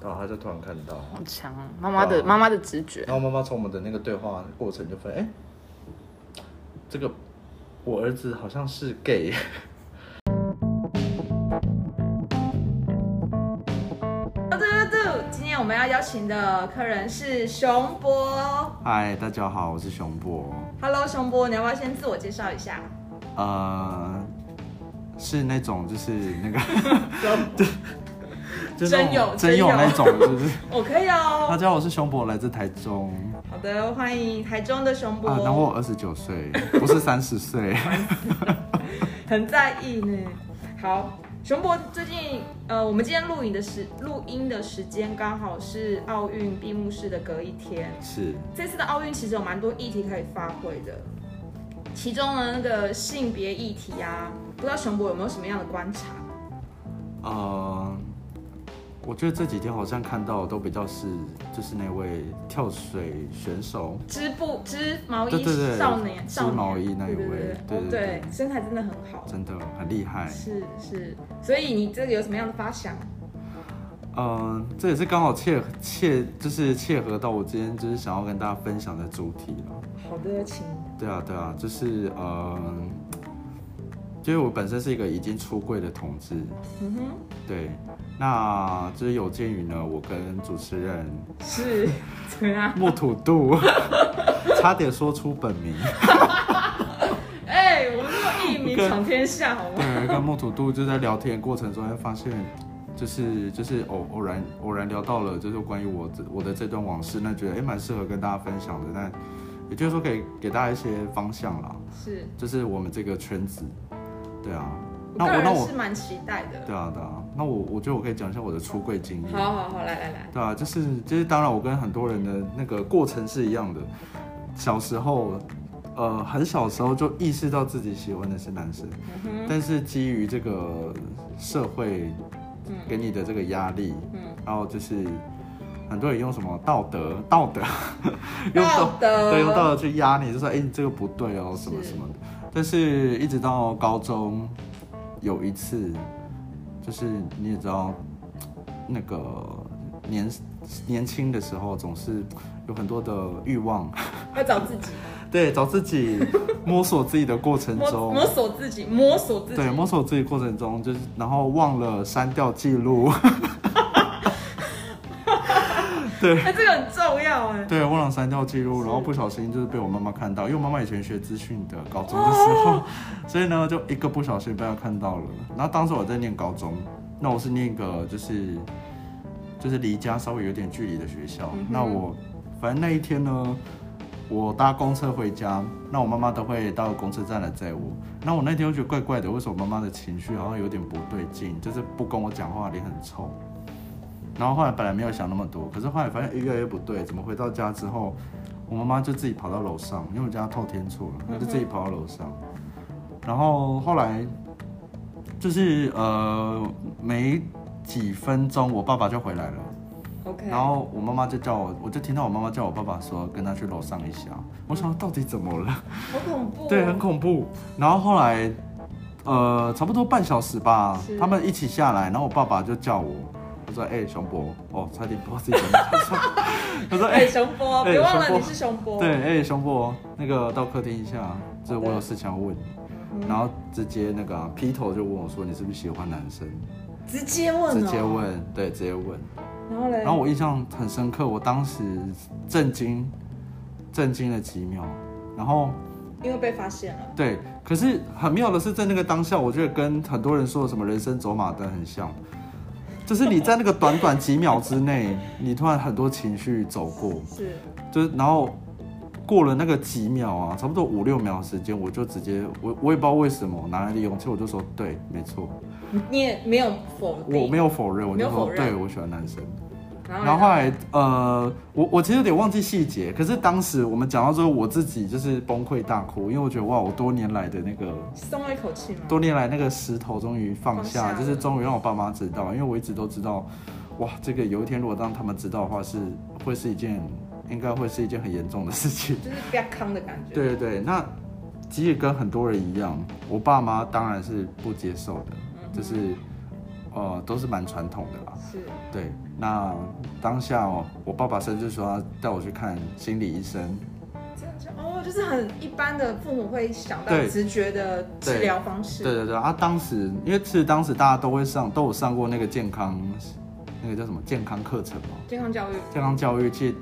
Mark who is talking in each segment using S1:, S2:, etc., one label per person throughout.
S1: 然后哦他就突然看到，
S2: 好强哦，妈妈的妈妈的直觉
S1: 然，后妈妈从我们的那个对话过程就发现，哎、哎这个我儿子好像是 gay。
S3: 嘟嘟嘟！今天我们要邀请的客人是熊博。
S1: 嗨，大家好，我是熊博，
S3: Hello，熊博，你要不要先自我介绍一下？
S1: 呃，是那种就是那个 就
S3: 真有
S1: 真有那种， 就是
S3: 我可以
S1: 大
S3: 哦。
S1: 家好，我是熊博，来自台中
S3: 好的，欢迎台中的熊博。
S1: 啊，然后我二十九 岁，不是三十岁。
S3: 很在意呢。好，熊博最近呃，我们今天录影的时录音的时间刚好是奥运闭幕式的隔一天。
S1: 是，
S3: 这次的奥运其实有蛮多议题可以发挥的，其中呢那个性别议题啊，不知道熊博有没有什么样的观察？
S1: 呃，我觉得这几天好像看到的都比较是，就是那位跳水选手，
S3: 织布织毛
S1: 对
S3: 衣
S1: 对对
S3: 少年，
S1: 织
S3: 少年
S1: 毛衣那一
S3: 对对哦
S1: 位
S3: 对
S1: 对对哎
S3: 对对，身材真的很好。
S1: 真的很厉害。
S3: 是是，所以你这个有什么样的发想？
S1: 嗯，这也是刚好切切，就是切合到我今天就是想要跟大家分享的主题了。
S3: 好的，请
S1: 对啊，对啊，就是嗯，就是我本身是一个已经出柜的同志，
S3: 嗯哼，
S1: 对，那就是有鉴于呢，我跟主持 人
S3: 是怎么样？
S1: 木土度 差点说出本名，
S3: 哎、我们做一鸣闯天下，好吗？
S1: 对，跟木土度就在聊天过程中会发现。就是就是偶偶然偶然聊到了，就是关于我这我的这段往事，那觉得哎蛮适合跟大家分享的，那也就是说给给大家一些方向啦，
S3: 是，
S1: 就是我们这个圈子，对啊，
S3: 我
S1: 那
S3: 个
S1: 我那
S3: 人
S1: 我
S3: 是蛮期待的。
S1: 对啊，对啊。那我我觉得我可以讲一下我的出柜经验。
S3: 好好好，来来来，
S1: 对啊，就是就是，当然我跟很多人的那个过程是一样的。小时候，呃，很小时候就意识到自己喜欢的是男生，
S3: 嗯
S1: 但是基于这个社会给你的这个压力，
S3: 嗯
S1: 然后就是很多人用什么道德道德 用道
S3: 道德，
S1: 对，用道德去压你，就说哎、你这个不对哦，什么
S3: 是
S1: 什么的。但是一直到高中，有一次，就是你也知道，那个年年轻的时候总是有很多的欲望，
S3: 要找自己，
S1: 对，找自己摸索自己的过程
S3: 摸
S1: 中。
S3: 摸索自己，摸索自己，
S1: 对，摸索自己过程中，就是然后忘了删掉记录，
S3: 哎、这个很重要哎。
S1: 对，忘了删掉记录，然后不小心就是被我妈妈看到，因为我妈妈以前学资讯的，高中的时候，所以呢就一个不小心被她看到了。然后当时我在念高中，那我是念一个就是就是离家稍微有点距离的学校。
S3: 嗯哼
S1: 那我反正那一天呢，我搭公车回家，那我妈妈都会到公车站来载我。那我那天就觉得怪怪的，为什么妈妈的情绪好像有点不对劲，就是不跟我讲话，脸很臭。然后后来本来没有想那么多，可是后来发现哎越来越不对，怎么回到家之后，我妈妈就自己跑到楼上，因为我家透天厝了，她就自己跑到楼上。然后后来就是呃没几分钟，我爸爸就回来了。
S3: OK，
S1: 然后我妈妈就叫我，我就听到我妈妈叫我爸爸说跟他去楼上一下。我想到底怎么了？
S3: 好恐怖、哦，
S1: 对，很恐怖。然后后来，呃，差不多半小时吧
S3: 是，
S1: 他们一起下来，然后我爸爸就叫我，我说：“哎、熊博，哦，差点不知道自己怎么讲错。” 他说：“哎、
S3: 哎、熊博，
S1: 哎
S3: 别忘了
S1: 熊波
S3: 你是熊博，
S1: 对，哎、熊博，那个到客厅一下，这我有事情要问你。”
S3: 嗯
S1: 然后直接那个啊劈头就问我说：“你是不是喜欢男生
S3: 直接？”问、哦，
S1: 直接，问，对，直接问。
S3: 然后嘞，
S1: 然后我印象很深刻，我当时震惊，震惊了几秒。然后
S3: 因为被发现了，
S1: 对，可是很妙的是，在那个当下，我觉得跟很多人说的什么人生走马灯很像，就是你在那个短短几秒之内，你突然很多情绪走过，
S3: 是
S1: 就是然后过了那个几秒啊，差不多五六秒的时间，我就直接我我也不知道为什么哪来的勇气，我就说对，没错，
S3: 你也没有否定，
S1: 我没有否认，我
S3: 没
S1: 就
S3: 有
S1: 说
S3: 否认
S1: 对我喜欢男生。
S3: 然后嘞
S1: 然后后来，呃，我我其实有点忘记细节，可是当时我们讲到之后，我自己就是崩溃大哭，因为我觉得哇，我多年来的那个
S3: 松了一口气嘛，
S1: 多年来那个石头终于放
S3: 放
S1: 下，
S3: 下了
S1: 就是终于让我爸妈知道，因为我一直都知道，哇，这个有一天如果让他们知道的话是，会是一件应该会是一件很严重的事情。
S3: 就是不要康的感 觉，
S1: 对对对，那嗯即使跟很多人一样，我爸妈当然是不接受的，就是呃都是蛮传统的啦。
S3: 嗯是
S1: 对，那当下哦、我爸爸甚至说要带我去看心理医生，
S3: 这样就哦，就是很一般的父母会想到
S1: 对
S3: 直觉的治疗方式，
S1: 对对对，啊，当时因为其实当时大家都会上，都有上过那个健康，那个叫什么健康课程嘛，
S3: 健康教育
S1: 健康教育，其实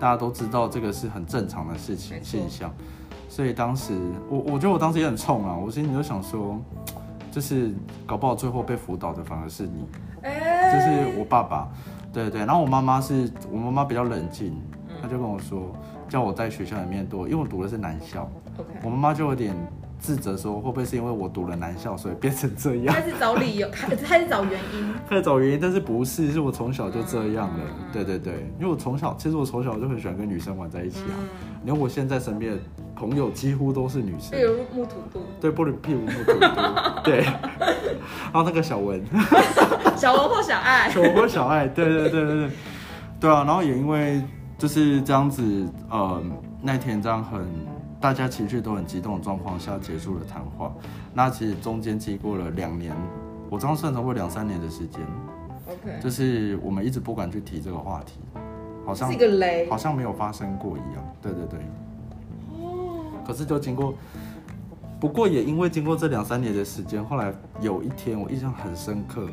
S1: 大家都知道这个是很正常的事
S3: 没
S1: 情
S3: 错
S1: 现象，所以当时我我觉得我当时也很冲啊，我心里就想说，就是搞不好最后被辅导的反而是你，
S3: 哎
S1: 就是我爸爸，对对，然后我妈妈是我妈妈比较冷静，
S3: 嗯
S1: 她就跟我说，叫我在学校里面多，因为我读的是男校，
S3: OK，
S1: 我妈妈就有点自责说，会不会是因为我读了男校，所以变成这样？
S3: 开始找理由，开开始找原因，
S1: 开始找原因，但是不是？是我从小就这样了。对对对，因为我从小，其实我从小就很喜欢跟女生玩在一起啊。你看我现在身边的朋友几乎都是女生
S3: 例，如木土度，
S1: 对，玻璃屁股不多，对。然后那个小文，
S3: 小文或小爱，
S1: 我和小爱，对对对对对，对啊。然后也因为就是这样子，呃，那天这样很大家情绪都很激动的状况下结束了谈话。那其实中间经过了两年，我这样算差不多两三年的时间，
S3: OK，
S1: 就是我们一直不敢去提这个话题，好像
S3: 是一个雷
S1: 好像没有发生过一样。对对对。可是就经过，不过也因为经过这两三年的时间，后来有一天我印象很深刻，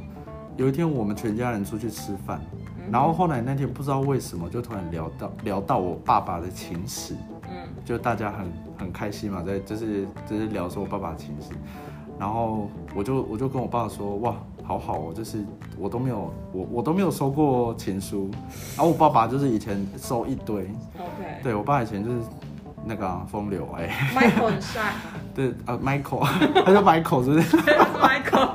S1: 有一天我们全家人出去吃饭，然后后来那天不知道为什么就突然聊到聊到我爸爸的情史，
S3: 嗯，
S1: 就大家很很开心嘛，在就是就是聊说我爸爸的情史，然后我就我就跟我爸说，哇，好好哦，就是我都没有我我都没有收过情书，然后我爸爸就是以前收一堆，
S3: OK，Michael
S1: 对我爸以前就是那个啊、风流哎、
S3: 很帅
S1: 对啊，Michael，他 叫 Michael 是不是？
S3: 是，Michael，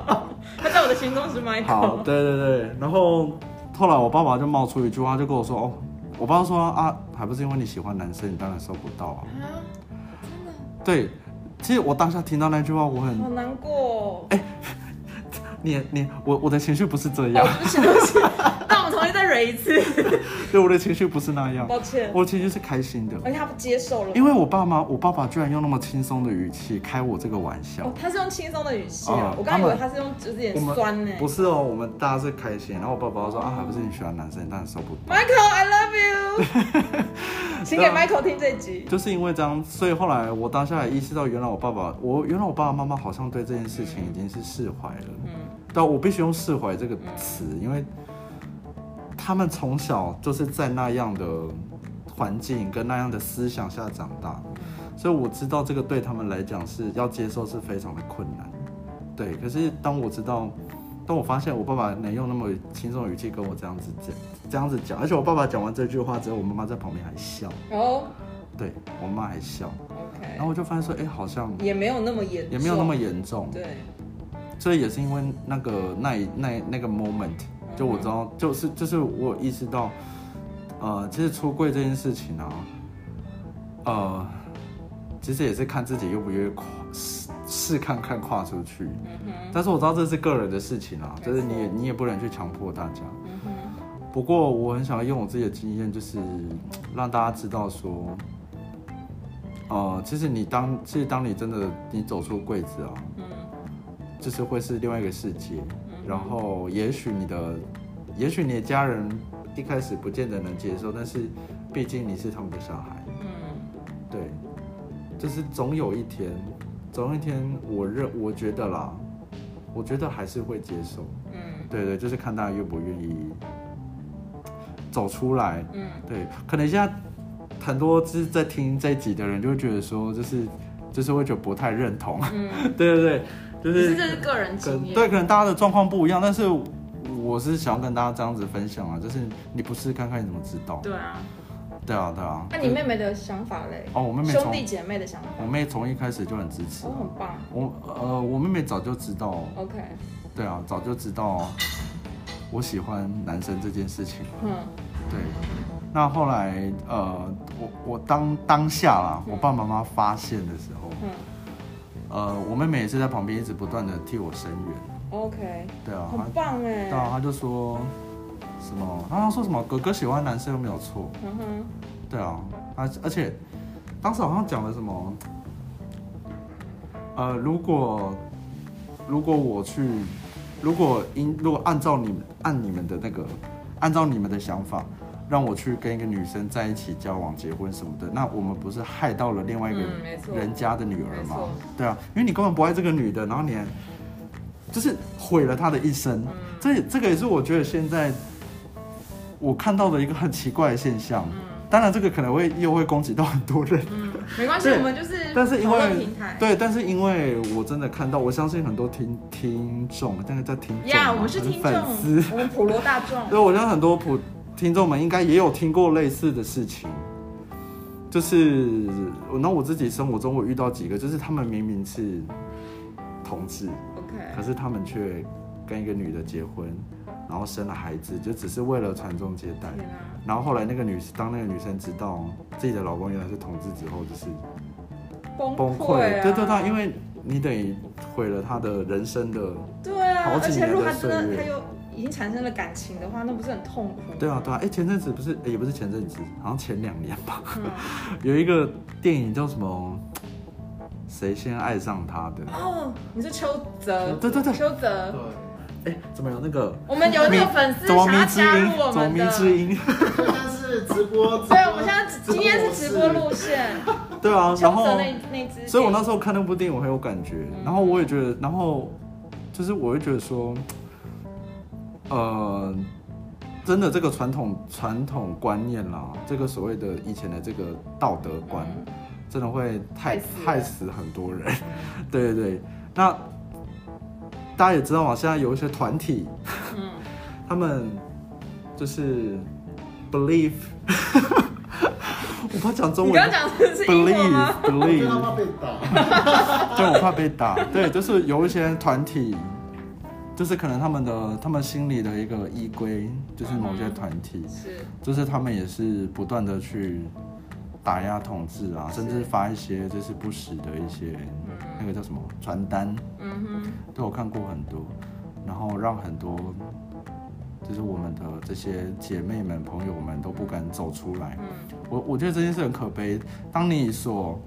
S3: 他在我的心中是 Michael，
S1: 好，对对对，然后后来我爸爸就冒出一句话，就跟我说，哦，我爸说啊，还不是因为你喜欢男生，你当然收不到啊。
S3: 啊，真的
S1: 对，其实我当下听到那句话，我很
S3: 好难过、哦，哎、
S1: 你你我我的情绪不是这样
S3: 我，对不起，对不起，那我们重新再蕊一次，
S1: 对我的情绪不是那样，
S3: 抱歉，
S1: 我的情绪是开心的，
S3: 而且他不接受了，
S1: 因为我爸妈，我爸爸居然用那么轻松的语气开我这个玩笑
S3: 哦，，他是用轻松的语气啊，
S1: 嗯
S3: 我刚以
S1: 他
S3: 为
S1: 们
S3: 他是用就是有
S1: 我
S3: 点
S1: 们
S3: 酸呢、
S1: 不是哦，我们大家是开心，然后我爸爸说啊，还不是你喜欢男生，你当然收不到。
S3: Michael，I love you，请
S1: 啊
S3: 给 Michael 听这集。
S1: 就是因为这样，所以后来我当下也意识到，原来我爸爸，我原来我爸爸妈妈好像对这件事情已经是释怀了。嗯，但我必须用释怀这个词，因为他们从小就是在那样的环境跟那样的思想下长大，所以我知道这个对他们来讲是要接受是非常的困难。对，可是当我知道，当我发现我爸爸能用那么轻松的语气跟我这样子讲，这样子讲，而且我爸爸讲完这句话之后，我妈妈在旁边还笑。
S3: 然后
S1: 对我妈还笑，然
S3: OK，
S1: 后我就发现说，哎、好像
S3: 也没有那么严重，
S1: 也没有那么严重，
S3: 对，
S1: 所以也是因为那个那一那那个 moment，就我知道，就是就是我有意识到，呃，其实出柜这件事情啊，呃，其实也是看自己愿不愿意跨试试看看跨出去，
S3: 嗯
S1: 但是我知道这是个人的事情啊，就是你也你也不能去强迫大家。
S3: 嗯哼，
S1: 不过我很想要用我自己的经验，就是嗯让大家知道说，呃，其实你当其实当你真的你走出柜子啊，
S3: 嗯
S1: 就是会是另外一个世界。
S3: 嗯
S1: 然后也许你的，也许你的家人一开始不见得能接受，但是毕竟你是他们的小孩，
S3: 嗯，
S1: 对，就是总有一天，总有一天我认我觉得啦，我觉得还是会接受。
S3: 嗯
S1: 对对，就是看大家愿不愿意走出来。
S3: 嗯
S1: 对，可能现在很多就是在听这一集的人就会觉得说，就是就是会觉得不太认 同。
S3: 嗯，
S1: 对对对，就
S3: 其
S1: 是
S3: 实这是个人
S1: 可
S3: 经验，
S1: 对，可能大家的状况不一样，但是我是想要跟大家这样子分享啊，就是你不试看看你怎么知道？
S3: 对啊，
S1: 对啊对啊。
S3: 那你妹妹的想法嘞？
S1: 哦，我妹妹
S3: 兄
S1: 从啊
S3: 弟姐妹的想法，
S1: 我妹从一开始就很支持
S3: 哦，。很棒
S1: 我呃，我妹妹早就知道，
S3: ，OK，
S1: 对啊，早就知道我喜欢男生这件事情。
S3: 嗯
S1: 对，那后来呃，我我当当下啦，
S3: 嗯
S1: 我爸爸妈妈发现的时候，
S3: 嗯
S1: 呃，我妹妹也是在旁边一直不断的替我声援，
S3: ，OK，
S1: 对啊，她
S3: 很棒
S1: 对，
S3: 哎
S1: 啊，她就说什么，她说什么哥哥喜欢男生又没有错，
S3: 嗯哼，
S1: 对啊，而而且当时好像讲了什么，呃，如果如果我去如果因如果按照你们按你们的那个，按照你们的想法，让我去跟一个女生在一起交往、结婚什么的，那我们不是害到了另外一个
S3: 嗯没错
S1: 人家的女儿
S3: 没
S1: 吗？
S3: 错
S1: 对啊，因为你根本不爱这个女的，然后你还就是毁了她的一生。
S3: 嗯
S1: 这这个也是我觉得现在我看到的一个很奇怪的现象。
S3: 嗯
S1: 当然，这个可能会又会攻击到很多人。
S3: 没关系，
S1: 对
S3: 我们就是
S1: 但是因
S3: 讨
S1: 为
S3: 论平台。
S1: 对，但是因为我真的看到，我相信很多听听众，那个叫听众
S3: 呀
S1: 吗
S3: 我们是听众
S1: 粉丝，，
S3: 我们普罗大众。
S1: 所以我相信很多普听众们应该也有听过类似的事情。就是我，那我自己生活中我遇到几个，就是他们明明是同志，可
S3: OK，
S1: 是他们却跟一个女的结婚，然后生了孩子，就只是为了传宗接代。
S3: 天啊哪，
S1: 然后后来那个女，当那个女生知道自己的老公原来是同志之后，就是
S3: 崩
S1: 崩溃。
S3: 溃啊！
S1: 对对对，因为你等于毁了她的人生的。
S3: 对啊，
S1: 好
S3: 而
S1: 几
S3: 且
S1: 年
S3: 如果
S1: 的
S3: 他
S1: 岁
S3: 真的
S1: 月
S3: 他又已经产生了感情的话，那不是很痛苦？
S1: 对啊对啊，哎，前阵子不是，诶也不是前阵子，好像前两年吧，
S3: 嗯
S1: 有一个电影叫什么？谁先爱上他的？
S3: 哦，你是邱泽，
S1: 对对对，
S3: 邱泽，
S1: 哎，怎么有那个？
S3: 我们有那个
S1: 迷
S3: 粉丝
S1: 怎么
S3: 想要
S1: 迷之
S3: 加
S1: 音
S3: 入我？
S1: 怎么
S3: 们
S1: 迷
S3: 的，
S1: 之音？
S4: 现在是直播，
S3: 所以我们现在今天是直播路线，
S1: 对啊，
S3: 邱
S1: 然后
S3: 泽那那只，
S1: 所以我那时候看那部电影，我很有感觉。
S3: 嗯
S1: 然后我也觉得，然后就是我会觉得说，呃，真的这个传统传统观念啦，这个所谓的以前的这个道德观，
S3: 嗯
S1: 真的会
S3: 害
S1: 太
S3: 死人
S1: 害死很多人。 对对对，那大家也知道嘛，现在有一些团体，
S3: 嗯
S1: 他们就是 believe，我不知道讲中
S3: 你
S1: 文
S3: 刚刚讲的是英文吗？
S1: believe
S4: 不知道
S1: believe
S4: 怕。被打，
S1: 对，我怕被打。对，就是有一些团体，就是可能他们的他们心里的一个依归，就是某
S3: 嗯
S1: 些团体，
S3: 是，
S1: 就是他们也是不断的去打压统治啊，甚至发一些就是不实的一些那个叫什么传单，
S3: 嗯哼，
S1: 对我看过很多，然后让很多就是我们的这些姐妹们、朋友们都不敢走出来。
S3: 嗯，
S1: 我我觉得这件事很可悲。当你所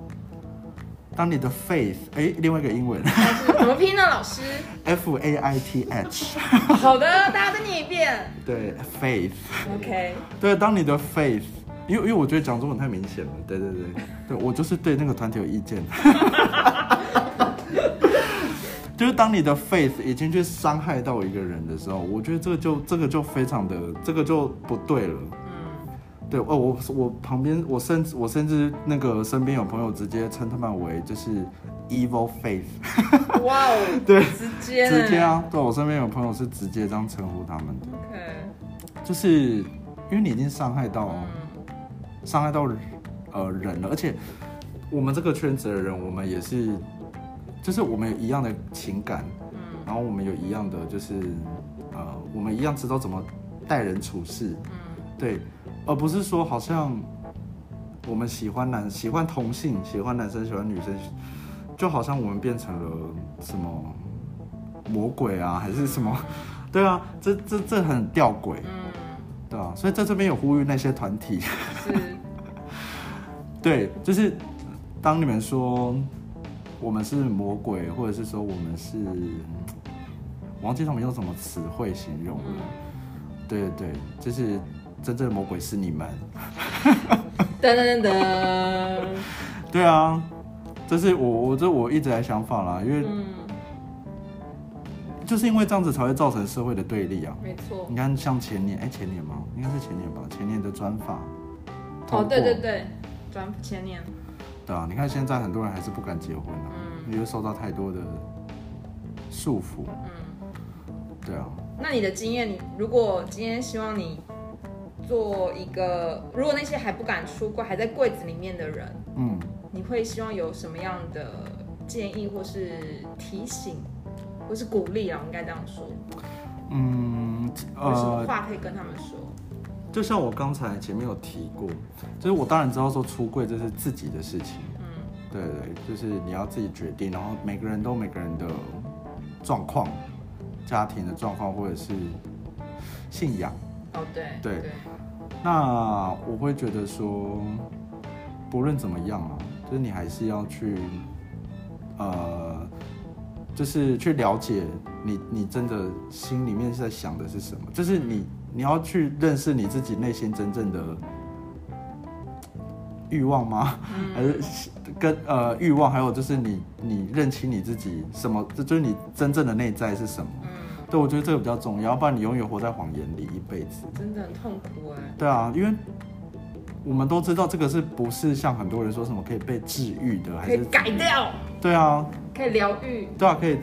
S1: 当你的 faith，哎，另外一个英文
S3: 怎么拼呢，老师？
S1: F A I T H，
S3: 好的，大家再念一遍。
S1: 对 faith，
S3: OK，
S1: 对，当你的 faith，因为因为我觉得讲中文太明显了，对对对，对我就是对那个团体有意见， 就是当你的 faith 已经去伤害到一个人的时候，我觉得这个就这个就非常的这个就不对了。
S3: 嗯，
S1: 对，哦，我我旁边，我甚至我甚至那个身边有朋友直接称他们为就是 evil faith，
S3: 哇哦，
S1: 对，
S3: 直接呢
S1: 直接。啊，对我身边有朋友是直接这样称呼他们的。
S3: OK，
S1: 就是因为你已经伤害到
S3: 嗯，
S1: 伤害到呃人了，而且我们这个圈子的人，我们也是，就是呃我们有一样的情感，
S3: 嗯
S1: 然后我们有一样的就是呃，我们一样知道怎么待人处事，
S3: 嗯
S1: 对，而不是说好像我们喜欢男喜欢同性，喜欢男生喜欢女生，就好像我们变成了什么魔鬼啊，还是什么？对啊，这这这很吊诡。
S3: 嗯，
S1: 对啊，所以在这边有呼吁那些团体，
S3: 是，
S1: 对，就是当你们说我们是魔鬼，或者是说我们是，嗯忘记他们用什么词汇形容了，
S3: 嗯，
S1: 对对对，就是真正的魔鬼是你们，
S3: 噔噔噔噔，
S1: 对啊，这是我我这我一直来想法啦，因为
S3: 嗯，
S1: 就是因为这样子才会造成社会的对立啊。
S3: 没错
S1: 你。看，像前年，哎、前年吗？应该是前年吧，前年的专法，
S3: 哦，
S1: 通
S3: 对对
S1: 过，
S3: 对，转前年，
S1: 对啊，你看现在很多人还是不敢结婚啊。
S3: 嗯
S1: 你会受到太多的束缚。
S3: 嗯。
S1: 对啊，
S3: 那你的经验，你如果今天希望你做一个，如果那些还不敢出柜、还在柜子里面的人，
S1: 嗯，
S3: 你会希望有什么样的建议，或是提醒，或是鼓励啊？我应该这样说，
S1: 嗯，
S3: 有什么
S1: 呃，
S3: 话可以跟他们说？
S1: 就像我刚才前面有提过，就是我当然知道说出柜这是自己的事情，
S3: 嗯
S1: 对对，就是你要自己决定，然后每个人都有每个人的状况、家庭的状况或者是信仰。
S3: 哦，对
S1: 对
S3: 对，
S1: 那我会觉得说，不论怎么样啊，就是你还是要去，呃，就是去了解你你真的心里面是在想的是什么，就是你你要去认识你自己内心真正的欲望吗？还是跟呃欲望，还有就是你你认清你自己什么，这就是你真正的内在是什么。
S3: 嗯
S1: 对，我觉得这个比较重要，不然你永远活在谎言里一辈子。
S3: 真的很痛苦哎、
S1: 对啊，因为我们都知道这个是不是像很多人说什么可以被治愈的，还
S3: 可
S1: 是
S3: 以改掉，
S1: 对啊，
S3: 可以疗 愈，
S1: 对啊，可以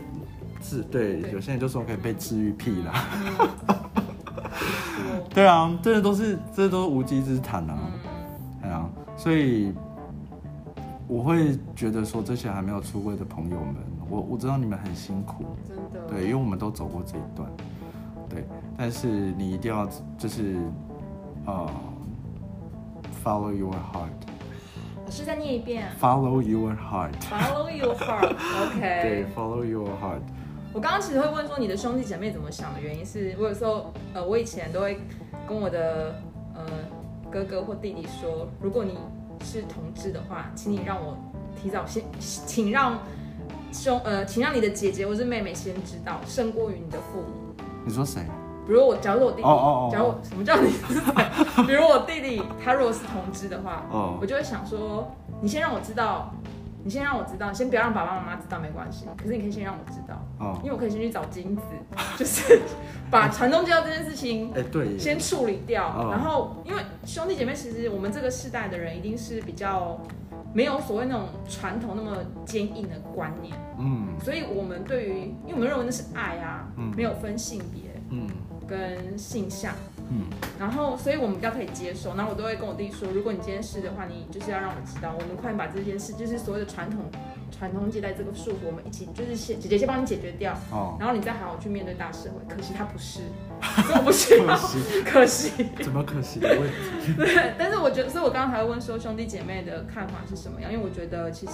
S1: 治对，
S3: 对
S1: 有些人就说可以被治愈屁啦。
S3: 嗯我
S1: 对啊，这些都是这都是无稽之谈啊。
S3: 嗯
S1: 对啊，所以我会觉得说，这些还没有出柜的朋友们，我我知道你们很辛苦，
S3: 真的
S1: 对，因为我们都走过这一段，对，但是你一定要就是呃，follow your heart，follow
S3: 老师再念一遍
S1: your heart，
S3: ，Follow your heart，OK、
S1: 对，follow your heart，
S3: 我刚刚其实会问说你的兄弟姐妹怎么想的原因是，我有时候呃，我以前都会跟我的呃哥哥或弟弟说，如果你是同志的话，请你让我提早先，请让兄呃，请让你的姐姐或是妹妹先知道，胜过于你的父母。
S1: 你说谁？
S3: 比如我，假如我弟弟，
S1: 哦哦哦
S3: 假如我什么叫你知道？比如我弟弟他如果是同志的话，
S1: 哦
S3: 我就会想说，你先让我知道，你先让我知道，先不要让爸爸妈妈知道没关系，可是你可以先让我知道。
S1: 哦
S3: 因，为我可以先去找金子， 就是把传宗接代这件事情
S1: 哎、对耶，
S3: 先处理掉。
S1: 哦
S3: 然后，因为兄弟姐妹，其实我们这个世代的人一定是比较没有所谓那种传统那么坚硬的观念，
S1: 嗯
S3: 所以我们对于，因为我们认为那是爱啊，
S1: 嗯
S3: 没有分性别
S1: 嗯
S3: 跟性向，
S1: 嗯，
S3: 然后所以我们比较可以接受。然后我都会跟我弟说，如果你今天是的话，你就是要让我知道，我们快点把这件事，就是所谓的传统传统接代这个束缚，我们一起就是先姐姐先帮你解决掉。
S1: 哦，
S3: 然后你再好好去面对大社会。可惜他不是，所以我不需
S1: 可
S3: 要，
S1: 惜，
S3: 可惜。
S1: 怎么可惜的问题？
S3: 对，但是我觉得，所以我刚刚还会问说兄弟姐妹的看法是什么样，因为我觉得其实，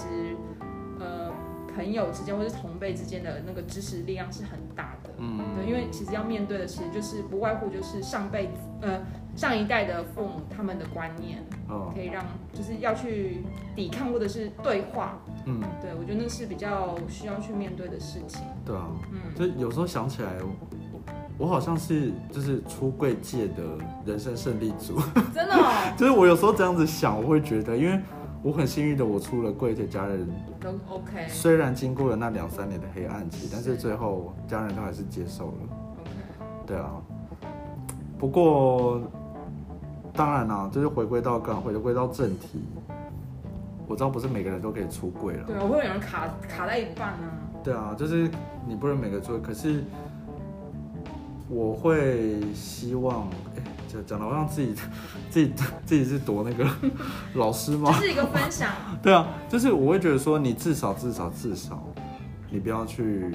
S3: 呃，朋友之间或是同辈之间的那个支持力量是很大的。
S1: 嗯
S3: 对，因为其实要面对的，其实就是不外乎就是上辈子，呃，上一代的父母他们的观念，
S1: 哦
S3: 可以让就是要去抵抗或者是对话。
S1: 嗯。
S3: 对我觉得那是比较需要去面对的事 情。
S1: 对啊，
S3: 嗯
S1: 就有时候想起来，我我好像是就是出柜界的人生胜利组，
S3: 真的、哦、
S1: 就是我有时候这样子想，我会觉得，因为我很幸运的，我出了柜，对家人
S3: 都 OK。
S1: 虽然经过了那两三年的黑暗期
S3: 是，
S1: 但是最后家人都还是接受了，
S3: OK。
S1: 对啊。不过，当然啦、就是回归到刚回归到正题，我知道不是每个人都可以出柜了，
S3: 对啊，会有人卡卡在一半啊。
S1: 对啊，就是你不能每个做，可是我会希望，哎、讲讲的好像自己 自己自己是读那个老师
S3: 这
S1: 吗？
S3: 是一个分 享，
S1: 对啊，就是我会觉得说，你至少至少至少，你不要去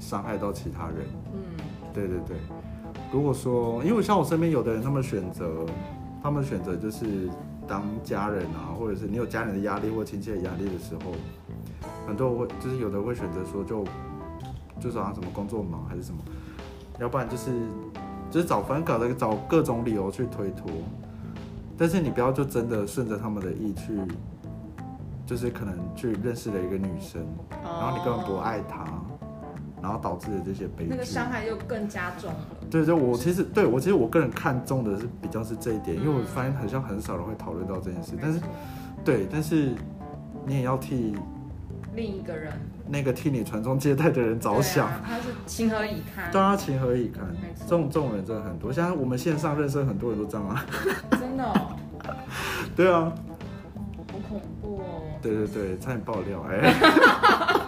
S1: 伤害到其他人。
S3: 嗯，
S1: 对对对，如果说，因为像我身边有的人，他们选择，他们选择就是当家人啊，或者是你有家人的压力或亲戚的压力的时候，很多人会就是有的会选择说就就说啊什么工作忙还是什么，要不然就是就是找反正搞得找各种理由去推脱，但是你不要就真的顺着他们的意去，就是可能去认识了一个女生，
S3: 哦
S1: 然后你根本不爱她。然后导致的这些悲剧，
S3: 那个伤害又更加重了。
S1: 对对，我其实对我其实我个人看重的是比较是这一点，因为我发现好像很少人会讨论到这件
S3: 嗯
S1: 事。但是对，但是你也要替
S3: 另一个人
S1: 那个替你传宗接代的人着想啊
S3: 对，啊他是情何以堪？
S1: 大家情何以堪
S3: 没错？
S1: 这种这种人真的很多，现在我们线上认识很多人都这样啊。
S3: 真的哦、
S1: 对啊，
S3: 好恐怖哦。
S1: 对对对，差点爆料 哎。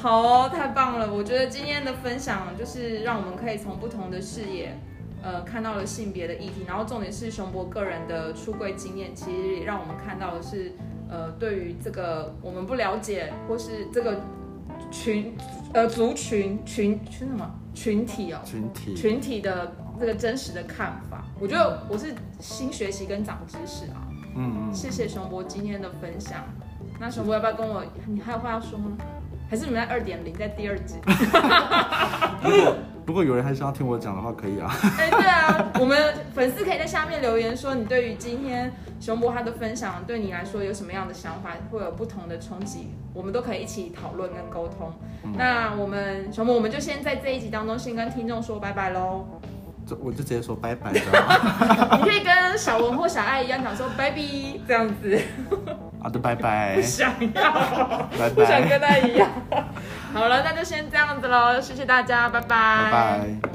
S3: 好哦、太棒了！我觉得今天的分享就是让我们可以从不同的视野，呃，看到了性别的议题，然后重点是熊博个人的出柜经验，其实也让我们看到的是，呃，对于这个我们不了解或是这个群，呃，族群群群什么群体哦，
S1: 群体，
S3: 群体的这个真实的看法。我觉得我是新学习跟长知识啊，
S1: 嗯嗯，
S3: 谢谢熊博今天的分享。那熊博要不要跟我？你还有话要说吗？还是你们在二点零，在第二集？
S1: 如果有人还想要听我讲的话，可以啊。
S3: 哎、对啊，我们粉丝可以在下面留言说，你对于今天熊博他的分享，对你来说有什么样的想法，会有不同的冲击，我们都可以一起讨论跟沟通。那我们熊博，我们就先在这一集当中先跟听众说拜拜喽。
S1: 这我就直接说拜拜了，
S3: 你可以跟小文或小爱一样讲说 baby 这样子，
S1: 好的，拜拜
S3: 不，想要，
S1: 拜
S3: 不想
S1: 拜，
S3: 跟他一样。好了，那就先这样子喽，谢谢大家，拜
S1: 拜拜。